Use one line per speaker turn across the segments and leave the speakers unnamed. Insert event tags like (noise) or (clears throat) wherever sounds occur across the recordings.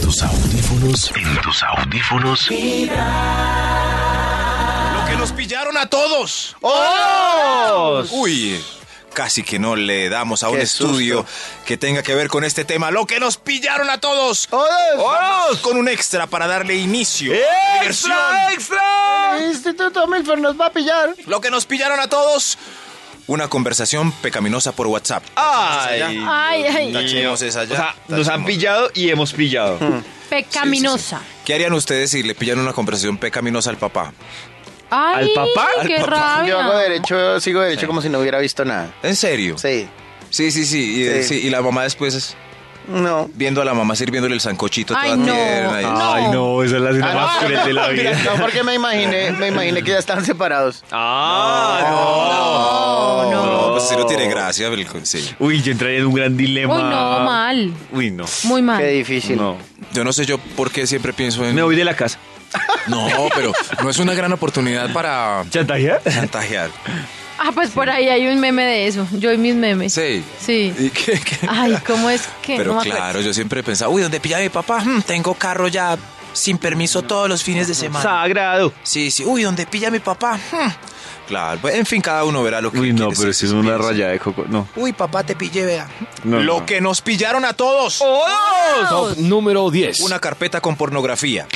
tus audífonos. En tus audífonos.
Lo que nos pillaron a todos.
¡Oh!
Uy. Casi que no le damos a un
Qué
estudio que tenga que ver con este tema. Lo que nos pillaron a todos.
Oh,
Vamos Con un extra para darle inicio. Diversión.
extra!
El Instituto Milford nos va a pillar.
Lo que nos pillaron a todos. Una conversación pecaminosa por WhatsApp.
¡Ay!
Ay, ay.
Dios mío.
Tachemos esa ya.
O sea, Ah, nos han
Tachemos.
pillado y hemos pillado.
Pecaminosa.
¿Qué harían ustedes si le pillan una conversación pecaminosa al papá?
Ay,
¿Al papá?
qué
Al papá.
rabia.
Yo hago derecho, sigo derecho como si no hubiera visto nada.
¿En serio?
Sí.
Sí, sí, sí. Y,
Sí.
sí, y la mamá después es
No.
viendo a la mamá sirviéndole el sancochito
Ay,
toda
no.
tierna. y-
No.
Ay, no, esa es la escena
Ah,
más cruel de la (laughs)
Mira,
vida.
no, porque me imaginé, me imaginé que ya están separados.
¡Ah,
No, no.
No, pues si no tiene gracia. el- sí.
no! Uy, yo entraría en un gran dilema.
Uy, no, mal.
Uy, no.
Muy mal.
Qué difícil.
No.
Yo no sé yo por qué siempre pienso en...
Me voy de la casa.
No, pero no es una gran oportunidad para
¿Chantajear?
chantajear.
Ah, pues por ahí hay un meme de eso. Yo y mis memes.
Sí.
Sí.
¿Y qué- qué?
Ay, ¿cómo es que
Pero
no me acuerdo?
claro, yo siempre he pensado, uy, ¿dónde pilla mi papá? Mm, tengo carro ya sin permiso todos los fines de semana.
Sagrado.
Sí, sí. Uy, ¿dónde pilla mi papá? Mm. Claro, pues, en fin, cada uno verá lo que
Uy, no,
quiere,
pero
sí,
si es una
piensa.
raya de coco. No.
Uy, papá, te pillé, vea.
No,
lo
no. Oh.
que nos pillaron a todos.
Top número 10.
Una carpeta con pornografía.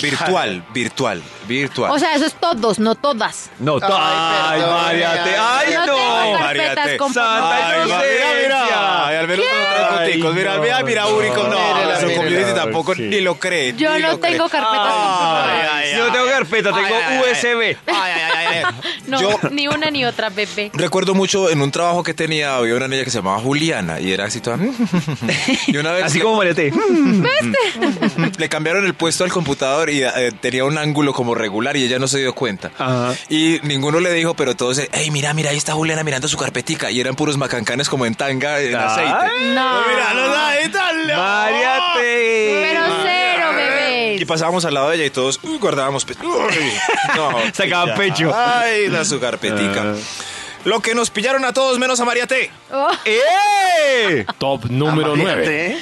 Virtual, virtual, virtual.
O sea, eso es todos, no todas.
No,
Ay,
ay,
perdón,
Mariate, ay,
No
no.
tengo
María,
carpetas
te-
con
Santa
Ay, va,
inocencia.
mira, mira. Ay, al menos no trae
Ay,
cuticos. Mira,
no,
mira, mira,
no.
Úrico. No,
Mírela,
eso
mírela,
community tampoco
sí.
ni lo cree.
Yo
ni
no
lo cree.
tengo carpetas
Ay,
con
ay,
Yo no tengo carpeta,
Ay,
tengo
ay, ay.
USB.
Ay, ay, ay, ay.
No,
Yo
ni una ni otra, bebé.
recuerdo mucho en un trabajo que tenía, había una niña que se llamaba Juliana y era así
(laughs)
toda. Y una vez
Así
le-
como (laughs) Mariate.
le cambiaron el puesto al computador y eh, tenía un ángulo como regular y ella no se dio cuenta.
Ajá.
Y ninguno le dijo, pero todos, hey, mira, mira, ahí está Juliana mirando su carpetica. Y eran puros macancanes como en tanga, en aceite.
Pues
No.
ahí tal.
Mariate.
Pero cero,
Y
bebés.
pasábamos al lado de ella y todos uy, guardábamos pe- uy,
(laughs)
no,
Sacaban
ya.
pecho.
Ay, la su carpetica.
Ah.
Lo que nos pillaron a todos menos a María T.
Oh,
¡Eh!
Top número 9.
Imagínate, ¿eh?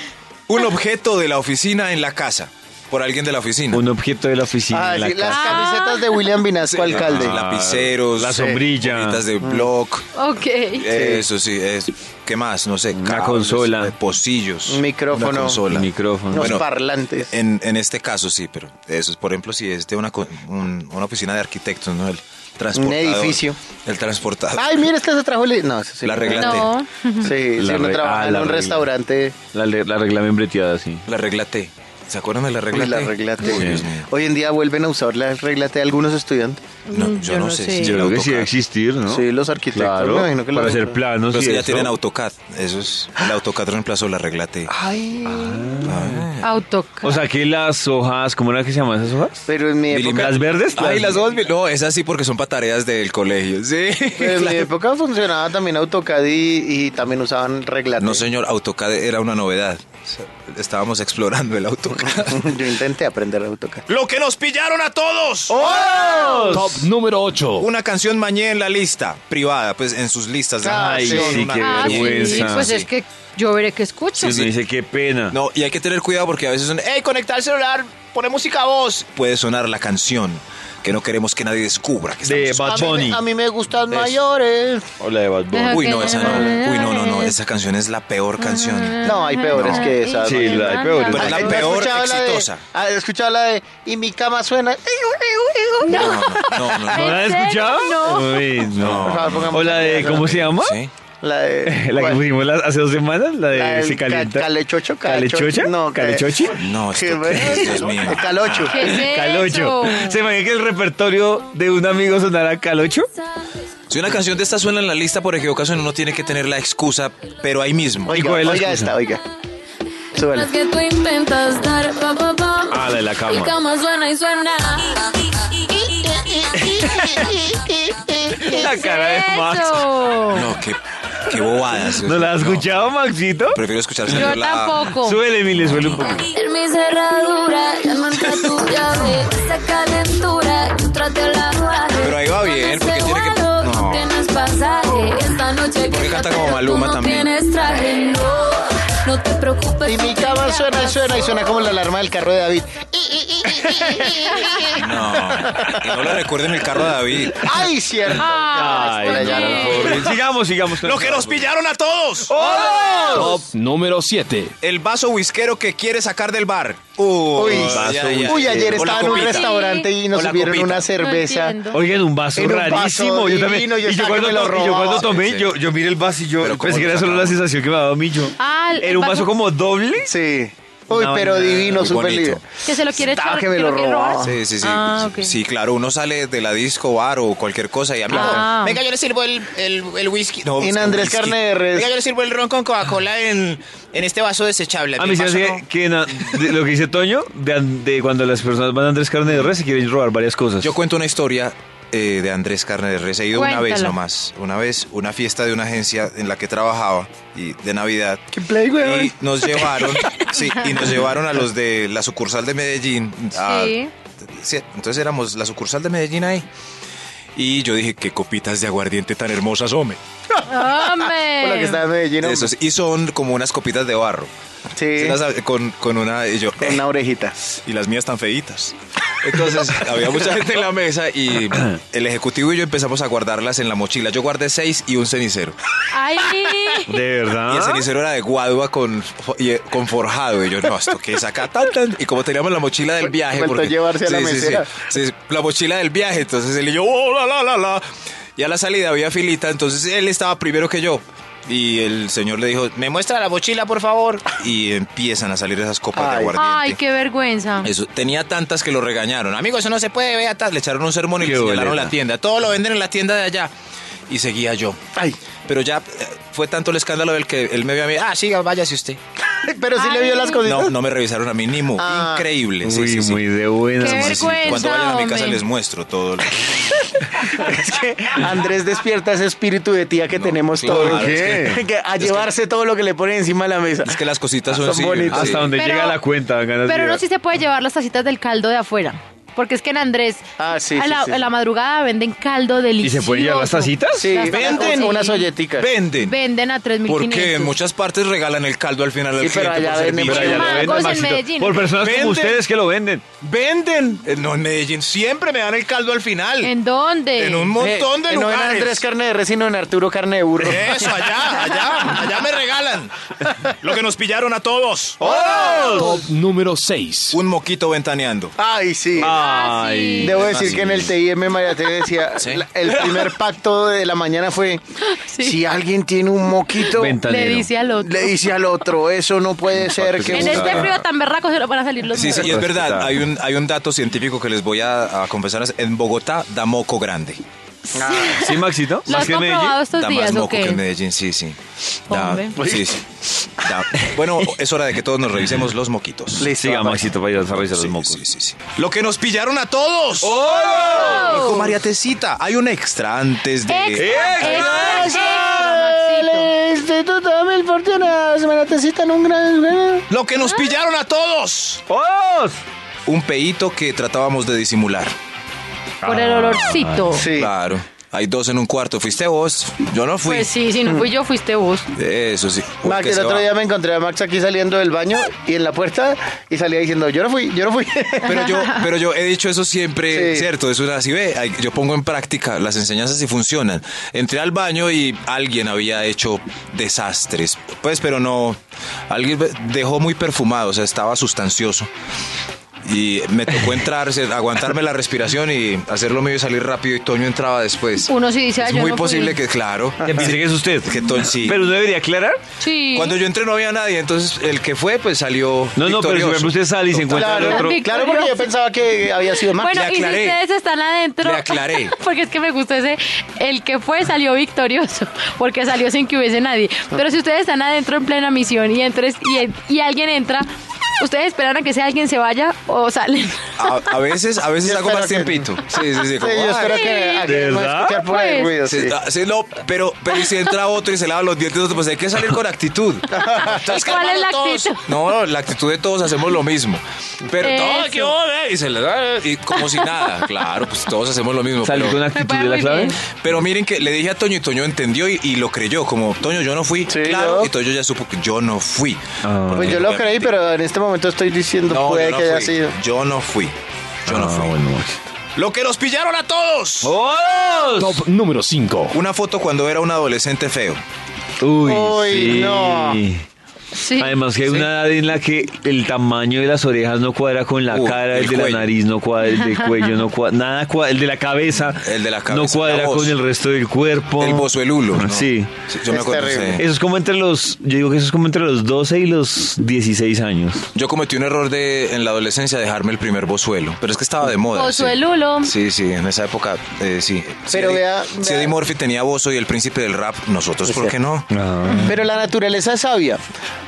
Un objeto de la oficina en la casa. Por alguien de la oficina.
Un objeto de la oficina.
Ah,
de la
sí,
casa.
las camisetas de William Vinasco, alcalde. Mm.
Ah,
Lapiceros.
La sombrilla.
Bolitas de blog.
ok.
Eso sí, es. ¿Qué más? No sé.
Una
cables,
consola.
eh, Pocillos.
Un micrófono.
Una consola.
Un micrófono.
Unos
Bueno,
parlantes.
Eh,
en, en este caso sí, pero eso es, por ejemplo, si es de una, co- un- una oficina de arquitectos, ¿no? El transportador.
edificio.
El transportador.
Ay, mira, es que se trajo el... No, eso sí.
la regla T.
No.
Sí,
(laughs) La
si uno
re-
trabaja
ah,
en
la
un
regla.
restaurante...
La, le- la regla membreteada, sí.
La regla T. ¿Se acuerdan de la regla
Uy, la
T?
regla T.
Uy, Dios mío.
Hoy en día vuelven a usar la regla T algunos estudiantes.
No, Mm, yo, no, sé. si
Yo
el
creo que sí
AutoCAD.
debe existir, ¿no?
Sí, los arquitectos,
Claro,
me imagino que
para
los-
hacer planos
Pero
y
si ya
eso.
tienen AutoCAD. Eso es. El AutoCAD reemplazó la regla
Ah,
T.
Ay.
Autoc.
O sea, que las hojas, ¿cómo era que se llamaban esas hojas?
Pero en mi época...
¿Las verdes? Pues
Ay, las dos. mil- No, esas sí porque son para tareas del colegio.
(laughs)
Sí.
Pero en mi
claro.
época funcionaba también AutoCAD y, y también usaban regla T.
No, señor, AutoCAD era una novedad. Estábamos explorando el AutoCAD.
(laughs) Yo intenté aprender AutoCAD.
(laughs) ¡Lo que nos pillaron a todos!
Top número 8.
Oh, Una canción mañé en la lista privada, pues en sus listas. de
Ay,
canción,
sí,
una-
qué
ah, sí,
vergüenza.
pues es que yo veré que escucho.
Sí, me dice, qué pena.
No, y hay que tener cuidado porque a veces son, ¡Ey, conectar el celular! ¡Pone música a voz! Puede sonar la canción que no queremos que nadie descubra. Que
de
estamos-
Bad Bunny.
A mí me gustan mayores.
O la de Bad Bunny.
Ajá.
Uy, no, esa no. Uy, no, no, no.
Ay.
Esa canción es la peor (laughs) canción.
No, hay peores que esa.
Sí, la- hay peores.
Pero la
Ah, ¿Has
peor
escuchado la de- ah,
exitosa.
¿Has escuchado la de Y mi cama suena?
No, no, no. no, no.
¿No la has
¿En serio?
escuchado?
No.
Uy,
No,
(laughs)
no.
(laughs)
Por favor, pongamos
O la de,
música.
¿cómo se llama?
¿Sí?
La de...
(laughs) La que
¿cuál?
pusimos la- hace dos semanas, la de
La del
Se
ca-
Calienta.
Calechocho, Calechocho.
¿Calechocha?
No, ca-
¿Calechochi?
No,
Qué
esto qué es, Dios mío.
bueno. Calocho.
¿Qué
(laughs)
es
Calocho.
eso?
¿Se imagina que el repertorio de un amigo sonara Calocho?
Si una canción de esta suena en la lista por equivocación, uno tiene que tener la excusa, pero ahí mismo.
Oiga,
cuál es la
oiga
excusa?
esta, oiga. Súbala.
Las que tú intentas dar, pa, pa, pa.
Ah, la de la cama.
Y cama suena y suena.
(laughs) La cara de Max.
Eso.
No, qué, qué bobadas.
¿No la has escuchado, Maxito?
Prefiero escuchar
Yo
Señor la...
tampoco.
Suele, mi le suele un poco.
En mi cerradura, ya no entra tu llave. Esa calentura, yo traté la guardia.
Pero ahí va bien, porque tiene que-
No.
No.
tienes pasaje. Esta noche
Porque
que
canta
yo te
como Maluma
doy, no
también.
tienes traje, no. No no te preocupes.
Y mi cama suena y suena y suena como la alarma del carro de David.
No, que no le recuerden el carro a David.
¡Ay, cierto!
Ay,
Por allá,
oye.
por-
Pobre. Sigamos, sigamos.
¡Lo que nos pillaron a todos!
Top número 7.
El vaso whiskero que quiere sacar del bar. Uy,
Uy,
ya, ya.
Uy, ayer
O la
estaba en un
copita.
restaurante y
O
nos
la
sirvieron
copita.
una cerveza.
entiendo.
Oigan, un vaso
Era un vaso
rarísimo. yo también.
divino, yo
y yo
estaba que
cuando,
me lo
to- y yo
robaba.
cuando tomé,
Sí.
yo, yo miré el vaso y yo
Pero ¿cómo
pensé que
lo
era solo la
sacaron?
sensación que me daba Millo.
Ah, el
era un vaso
vaso-
como doble.
Sí. Uy,
Una
pero
vaina
divino,
muy
súper
bonito.
libre.
Que se lo quiere
Estaba
echar.
que me
que
lo
quiere robar.
robaba.
Sí, sí, sí.
Ah, ok.
Sí, claro, uno sale de la disco bar o cualquier cosa y habla.
Ah.
Venga, yo le sirvo el, el- el whisky. No,
En
es que
Andrés
whisky.
Carne de Res.
Venga, yo le sirvo el ron con Coca-Cola en, en este vaso desechable.
A mí se
El vaso
hace
no.
que na- de lo que dice Toño, de, an- de cuando las personas van a Andrés Carne de Res se quieren robar varias cosas.
Yo cuento una historia eh, de Andrés Carne de Res. He ido una vez
Cuéntala.
nomás. Una vez, una fiesta de una agencia en la que trabajaba y de Navidad.
¿Qué play, güey?
Y nos llevaron, sí, y nos llevaron a los de la sucursal de Medellín. a-
Sí.
sí, entonces éramos la sucursal de Medellín ahí. Y yo dije, qué copitas de aguardiente tan hermosas, hombre.
(laughs) Por lo que
Hombre.
estaba en Medellín. hombre.
Eso es, y son como unas copitas de barro.
Sí.
Se las- con, con una, y yo,
Con una orejita.
y las mías tan
(laughs)
feitas. Entonces había mucha gente en la mesa
(clears throat)
y el ejecutivo y yo empezamos a guardarlas en la mochila. Yo guardé seis y un cenicero.
Ay.
De
Y el
¿Ah?
verdad.
cenicero era de guadua con, y- eh, con forjado. Y yo, no, esto que es acá, tan, tan. Y como teníamos la mochila del viaje.
Faltó llevarse a la
sí, sí,
mesera.
sí, sí, la mochila del viaje. Entonces él y yo, oh, la, la, la, la. Y a la salida había filita, entonces él estaba primero que yo. Y el señor le dijo, me muestra la mochila, por favor. Y empiezan a salir esas copas de
Ay.
aguardiente.
Ay, qué vergüenza.
Eso, tenía tantas que lo regañaron. Amigo, eso no se puede, vea tal. Le echaron un sermón y
Qué
le señalaron
boleta.
la tienda. Todo lo venden en la tienda de allá. Y seguía yo.
Ay.
Pero ya eh, fue tanto el escándalo del que él me vio a mí. Ah, sí, váyase usted.
Pero sí le vio las cositas. (laughs)
No, no me revisaron a mí ni mu.
Ah.
Increíble. Sí,
Uy,
sí, sí.
muy de buena.
Qué
Sí, sí. Cuando
vergüenza,
vayan a mi casa
hombre.
les muestro todo. lo-
Andrés despierta ese espíritu de tía que
No,
tenemos
claro,
todos.
¿Por qué?
(laughs) Que- que a llevarse todo lo que le pone encima de la mesa.
Es que las cositas son,
Son
así. sí.
bonitas.
Ah, Hasta donde
Pero-
llega la cuenta, dan ganas de
Pero no
llorar.
si se puede llevar las tacitas del caldo de afuera. Porque es que en Andrés,
Ah, sí,
a,
sí,
la,
sí.
a la madrugada venden caldo
¿Y
delicioso.
se pueden llevar las tacitas?
Sí,
Las tacitas,
venden
sí.
unas olleticas.
Venden.
Venden a 3.500.
Porque en muchas partes regalan el caldo al final del
Sí, pero
cliente
allá
por
venden
servicio.
Pero allá lo venden,
Magos en
Maxito.
Medellín.
Por personas
Venden.
como ustedes que lo venden.
Venden. Eh, No, en Medellín siempre me dan el caldo al final.
¿En dónde?
En un montón de
Eh, No en
lugares. Eh.
Andrés carne de res, sino en Arturo carne de burro.
Eso, allá, allá, allá me regalan. Lo que nos pillaron a todos.
¡Oh!
Top número 6.
Un moquito ventaneando.
Ay, sí.
Ah, sí.
Debo decir que en el TIM María T decía,
(laughs) Sí.
la- el primer pacto de la mañana fue,
Sí.
si alguien tiene un moquito,
Venta-
Le dice al otro.
le dice al otro, eso no puede ser que...
En
un-
este frío tan berraco se lo van a salir los
Sí, sí,
mocos.
y es verdad. Hay un, hay un dato científico que les voy a, a confesar. En Bogotá da moco grande.
¿Sí, Maxito?
¿Lo has
que en Medellín?
comprobado estos
Da más
días o
moco que en
qué?
Medellín, sí, sí. Da-
Hombre.
sí, sí. Da- Bueno, es hora de que todos nos revisemos los moquitos.
Listo,
Siga,
papá.
Maxito, para ir a revisar
Sí,
los mocos.
sí, sí, sí. Lo que nos pillaron a todos.
Oh.
Dijo María Tecita, hay un extra antes de... Eh.
Extra, extra, extra, Maxito.
El Instituto Mil Fortunas, Maratecita en un gran...
Lo que nos pillaron a todos.
¡Todos!
Un peito que tratábamos de disimular.
Por
Ah.
el olorcito.
Sí.
Claro. Hay dos en un cuarto. Fuiste vos. Yo no fui.
Pues sí, si no fui yo, fuiste vos.
Eso sí.
Max,
Porque
el
se
otro
va.
día me encontré a Max aquí saliendo del baño y en la puerta y salía diciendo, yo no fui, yo
(laughs)
no fui.
Pero
(laughs)
yo, pero yo he dicho eso siempre,
Sí.
¿cierto? Eso es así, ve, hay- yo pongo en práctica las enseñanzas y funcionan. Entré al baño y alguien había hecho desastres, pues, pero no, alguien dejó muy perfumado, o sea, estaba sustancioso. Y me tocó entrar, se- aguantarme la respiración y hacerlo medio y salir rápido y Toño entraba después.
Uno sí dice, "Ah,
Es
yo
muy
no fui".
posible que, claro.
Ya pensé que es usted.
Que to- sí.
Pero no debería aclarar.
Sí.
Cuando yo entré no había nadie, entonces el que fue, pues salió.
No, no, pero si por ejemplo usted sale y se encuentra
Claro,
al otro.
Vic-
claro, porque yo pensaba que había sido Max.
Bueno,
Le
y si
aclaré.
ustedes están adentro.
Le aclaré.
(laughs) Porque es que me gustó ese. El que fue salió victorioso. Porque salió sin que hubiese nadie. Pero si ustedes están adentro en plena misión y entres y, y alguien entra, ¿ustedes esperan a que sea alguien se vaya o salen? (laughs)
a, a veces, a veces
Yo
hago más
espero que-
tiempito. Sí, sí, sí.
Sí,
como,
yo
"Ay,
espero que alguien no
¿Verdad?
escuchar por el
Pues.
ruido.
Sí,
Sí.
ah, sí, no, pero, pero si entra otro y se lava los dientes, pues hay que salir con actitud. Entonces,
¿Y cuál es la
hermano, todos-
actitud?
No, la actitud de todos hacemos lo mismo. Pero no,
Eso.
¿qué onda? Y se le da, y como si nada. Claro, pues todos hacemos lo mismo.
Salir con
Pero,
actitud
parece
de la
muy
clave.
bien.
pero miren que le dije a Toño y Toño entendió y, y lo creyó. Como Toño, yo no fui.
Sí,
claro,
¿no?
y Toño ya supo que yo no fui.
Ah.
Pues yo lo creí, pero en este momento estoy diciendo
No,
puede
yo no
que haya
fui.
sido.
Yo no fui. Yo no
Ah,
fui.
bueno.
Lo que nos pillaron a todos.
¡Oh!
Top número 5.
Una foto cuando era un adolescente feo.
Uy,
Uy,
sí.
no.
Sí.
Además que hay una edad en la que el tamaño de las orejas no cuadra con la
Uy,
cara, el,
el
de
cuello.
la nariz no cuadra, el
(laughs)
del cuello no cuadra, nada cuadra, el de la cabeza,
El de la
no
cabeza,
cuadra
la voz.
con el resto del cuerpo.
El bozuelulo. ¿no?
Sí.
Yo me
Es
acuerdo,
terrible.
sí.
Eso es como entre los, yo digo que eso es como entre los 12 y los 16 años.
Yo cometí un error de en la adolescencia dejarme el primer bozuelo, pero es que estaba de moda. sí.
Bozuelulo.
Sí, sí, en esa época, eh, sí.
Pero
Si Eddie-
vea-
si
vea-
Eddie Murphy tenía bozo y el príncipe del rap, nosotros, ¿por qué no?
Pero la naturaleza es sabia,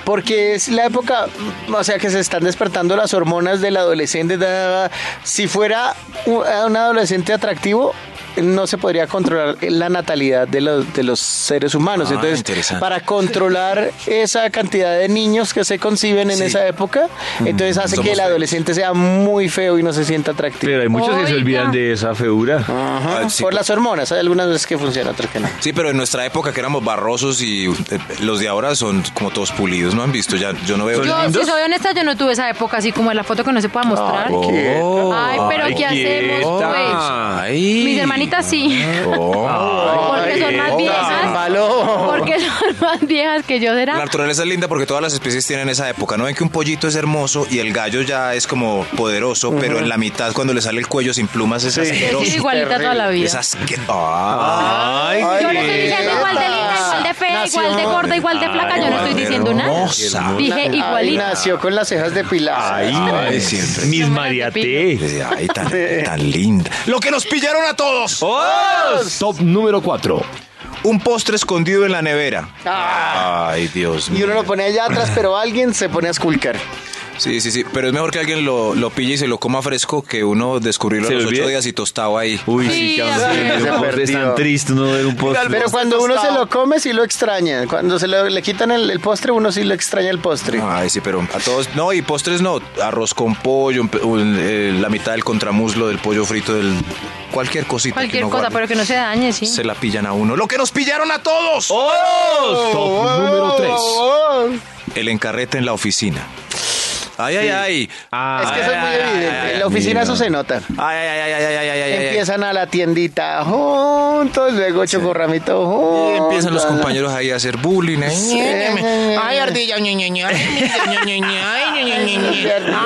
porque es la época, o sea, que se están despertando las hormonas del adolescente. da, da, da. Si fuera un un adolescente atractivo, no se podría controlar la natalidad de los, de los seres humanos.
Ah,
entonces,
interesante.
para controlar esa cantidad de niños que se conciben en
Sí. Mm,
esa época, entonces hace
somos
que el
feos.
adolescente sea muy feo y no se sienta atractivo.
Pero hay muchos que se
Oiga.
olvidan de esa feura.
Ajá,
Ah, sí.
Por las hormonas, hay algunas veces que funciona, otras que no.
Sí, pero en nuestra época que éramos barrosos y eh, los de ahora son como todos pulidos, ¿no han visto? Ya, yo no veo.
Yo, si soy honesta, yo no tuve esa época así como en la foto que no se pueda mostrar.
Ay, qué-
Ay, pero ¿qué hacemos, pues?
Oh, Ay.
Mis
(laughs)
hermanitas sí. (laughs)
Oh.
Porque son más
Ay,
viejas.
valor.
Porque son más viejas que yo
La
será.
naturaleza es linda porque todas las especies tienen esa época. No ven que un pollito es hermoso y el gallo ya es como poderoso, pero en la mitad cuando le sale el cuello sin plumas es
Yo
asqueroso.
he sido igualita toda la
Es
vida.
asqueroso.
Ah. Ay,
Yo no
Ay,
estoy diciendo igual de linda, igual de fea,
Nació-
igual de gorda, igual de flaca. Yo no estoy diciendo nada.
Hermosa.
Dije
Ay,
igualita.
nació con las cejas depiladas.
Ay, siempre.
Mis
Yo me las
María
depilo.
T.
Ay, tan, tan linda. Lo que nos pillaron a todos.
Top número 4.
Un postre escondido en la nevera. Ay, Dios mío.
Y uno lo pone allá atrás, pero alguien se pone a esculcar.
Sí, sí, sí. Pero es mejor que alguien lo, lo pille y se lo coma fresco que uno descubrirlo a
¿Se
los
olvida?
ocho días y tostado ahí.
Uy,
Sí,
sí, que
ya sé.
Se
un postre es
perdió.
tan triste no ver un postre.
Pero cuando uno se lo come, sí lo extraña. Cuando se lo- le quitan el, el postre, uno sí lo extraña el postre.
Ay, sí, pero a todos. No, y postres no. Arroz con pollo, un pe- un, eh, la mitad del contramuslo del pollo frito, del cualquier cosita. que
Cualquier
uno
cosa,
guarde,
pero que no se dañe, sí.
Se la pillan a uno. ¡Lo que nos pillaron a todos!
¡Oh! Top número 3.
Oh,
El encarrete en la oficina. Ay, ay, ay.
Ah.
es que eso es muy evidente. En la oficina eso se nota.
Ay, ay, ay, ay, ay, ay, ay, ay, ay.
Empiezan a la tiendita juntos, luego chocorramito
Y
juntos.
empiezan los compañeros ahí a hacer bullying. ¿eh?
Ay, ardilla.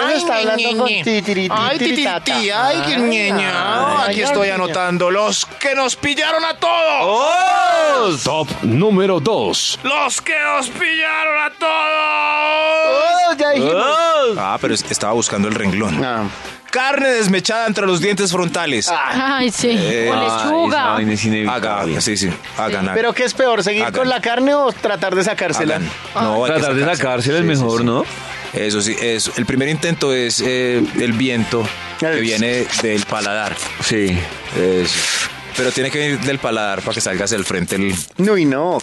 Ay, está hablando con titiritita. Ay, Ay, qué niña. Aquí estoy anotando.
Los que nos pillaron a todos.
Oh, Top número 2.
Los que nos pillaron a todos.
Oh, Ya dijimos.
Ah, pero es- estaba buscando el renglón.
Ah.
Carne desmechada entre los dientes frontales.
Ay, sí. O lechuga.
Haga,
lechuga.
sí, sí. Hagan. hagan.
Pero ¿qué es peor, seguir
Hagan.
con la carne o tratar de sacársela?
Hagan. No, hay que
Tratar de sacársela es
Sí, sí,
mejor,
sí.
¿no?
Eso sí, es, el primer intento es eh, el viento que
Ay,
viene del paladar.
Sí.
Eso. Pero tiene que venir del paladar para que salga hacia el frente el,
No, y no.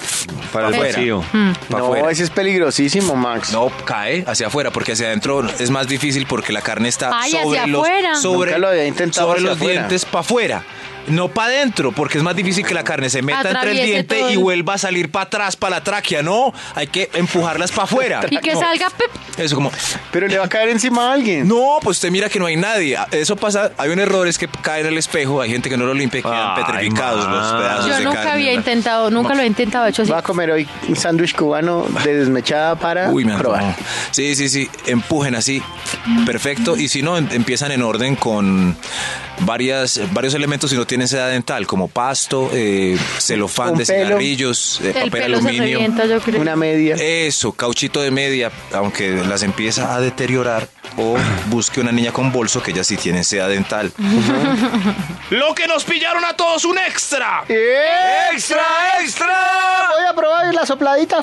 para
Al
afuera.
vacío.
Para
Mm. no,
afuera.
ese es peligrosísimo, Max.
No cae hacia afuera porque hacia adentro es más difícil porque la carne está
Ay,
sobre
hacia
los
afuera.
sobre,
Nunca lo había intentado
sobre
hacia
los
afuera.
dientes para afuera. No para adentro, porque es más difícil que la carne se meta entre el
Atraviese
diente
todo.
y vuelva a salir para atrás, para la tráquea. No, hay que empujarlas para afuera.
Y que
No.
salga pep.
Eso como,
Pero le va a caer encima a alguien.
no, pues usted mira que no hay nadie. Eso pasa, hay un error, es que cae en el espejo, hay gente que no lo limpia y quedan
Ay,
petrificados
man.
los pedazos
Yo
de
nunca
carne.
había intentado, nunca lo he intentado, he hecho así.
Va a comer hoy un sándwich cubano de desmechada para
Uy, me
probar.
antojó. Sí, sí, sí, empujen así, perfecto. Y si no, em- empiezan en orden con varias, varios elementos si no tienen seda dental, como pasto, eh, celofán
Un
de
pelo.
cigarrillos, eh,
El
papel
pelo se
aluminio.
revienta, yo creo.
Una media.
Eh. Eso, cauchito de media, aunque las empieza a deteriorar. O busque una niña con bolso que ya sí tiene seda dental. (laughs) Lo que nos pillaron a todos un extra.
¡Eh!
¡Extra, extra!
Voy a probar la sopladita.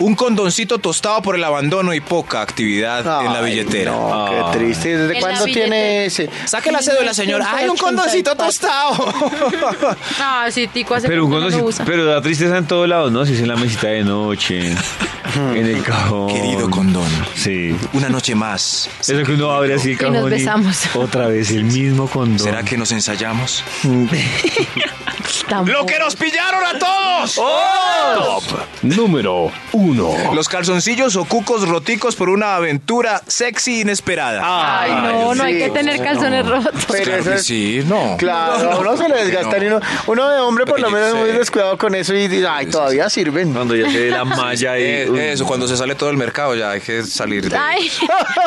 Un condoncito tostado por el abandono y poca actividad en la
Ay,
billetera.
No, qué triste. ¿Desde
la
cuándo tiene
billetera.
ese?
Saque la cédula, señor. ¡Ay, un condoncito tostado!
No, Ah, sí, Tico hace
Pero, un
tiempo que no
condoncito-
lo usa.
pero da tristeza en todos lados, ¿no? Si es en la mesita de noche, en el cajón.
Hmm. Querido condón,
Sí.
(laughs) una noche más.
Es lo que uno abre así el
Y nos
cajón.
besamos.
(laughs) Otra vez el mismo condón.
¿Será que nos ensayamos?
Tampoco.
¡Lo que nos pillaron a todos!
Top número 1.
Los calzoncillos o cucos roticos por una aventura sexy inesperada.
Ay, no, no hay
sí.
que tener calzones rotos.
Pero
Claro
eso
que
es-
sí, no.
Claro,
No, no,
uno se le
no.
desgastan y uno, uno de hombre por
Pero
lo
yo
menos es muy
sé.
descuidado con eso y dice,
Sí,
ay,
sí,
todavía sirven.
Cuando ya se
(laughs)
ve la malla y... uy.
Eh, eso, cuando se sale todo el mercado ya hay que salir de-
Ay,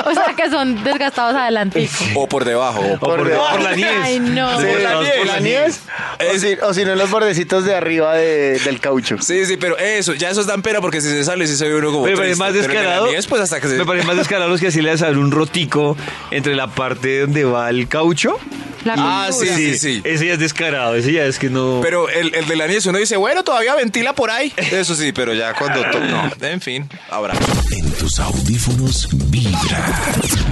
o sea que son desgastados adelante.
o por debajo. o
O
por-
por,
debajo.
por la nieve.
Ay, no.
Sí,
Por la
las-
nieve,
por
la
la nieve. O si, o si no, en los bordecitos de arriba de- del caucho.
Sí, sí, pero eso, ya eso es dan pena porque si se sale, si se ve uno como
Me parece
triste,
más
pero en la
descarado.
nieve, pues, hasta que se-
Me parece más descarado los que así le hacen un rotico entre la parte donde va el caucho.
La
Ah, sí,
cultura.
sí, sí.
Ese ya es descarado, ese ya es que no.
Pero el, el de la nieve, uno dice, bueno, todavía ventila por ahí. Eso sí, pero (laughs) ya cuando... to- No, en fin, ahora.
En tus audífonos vibra.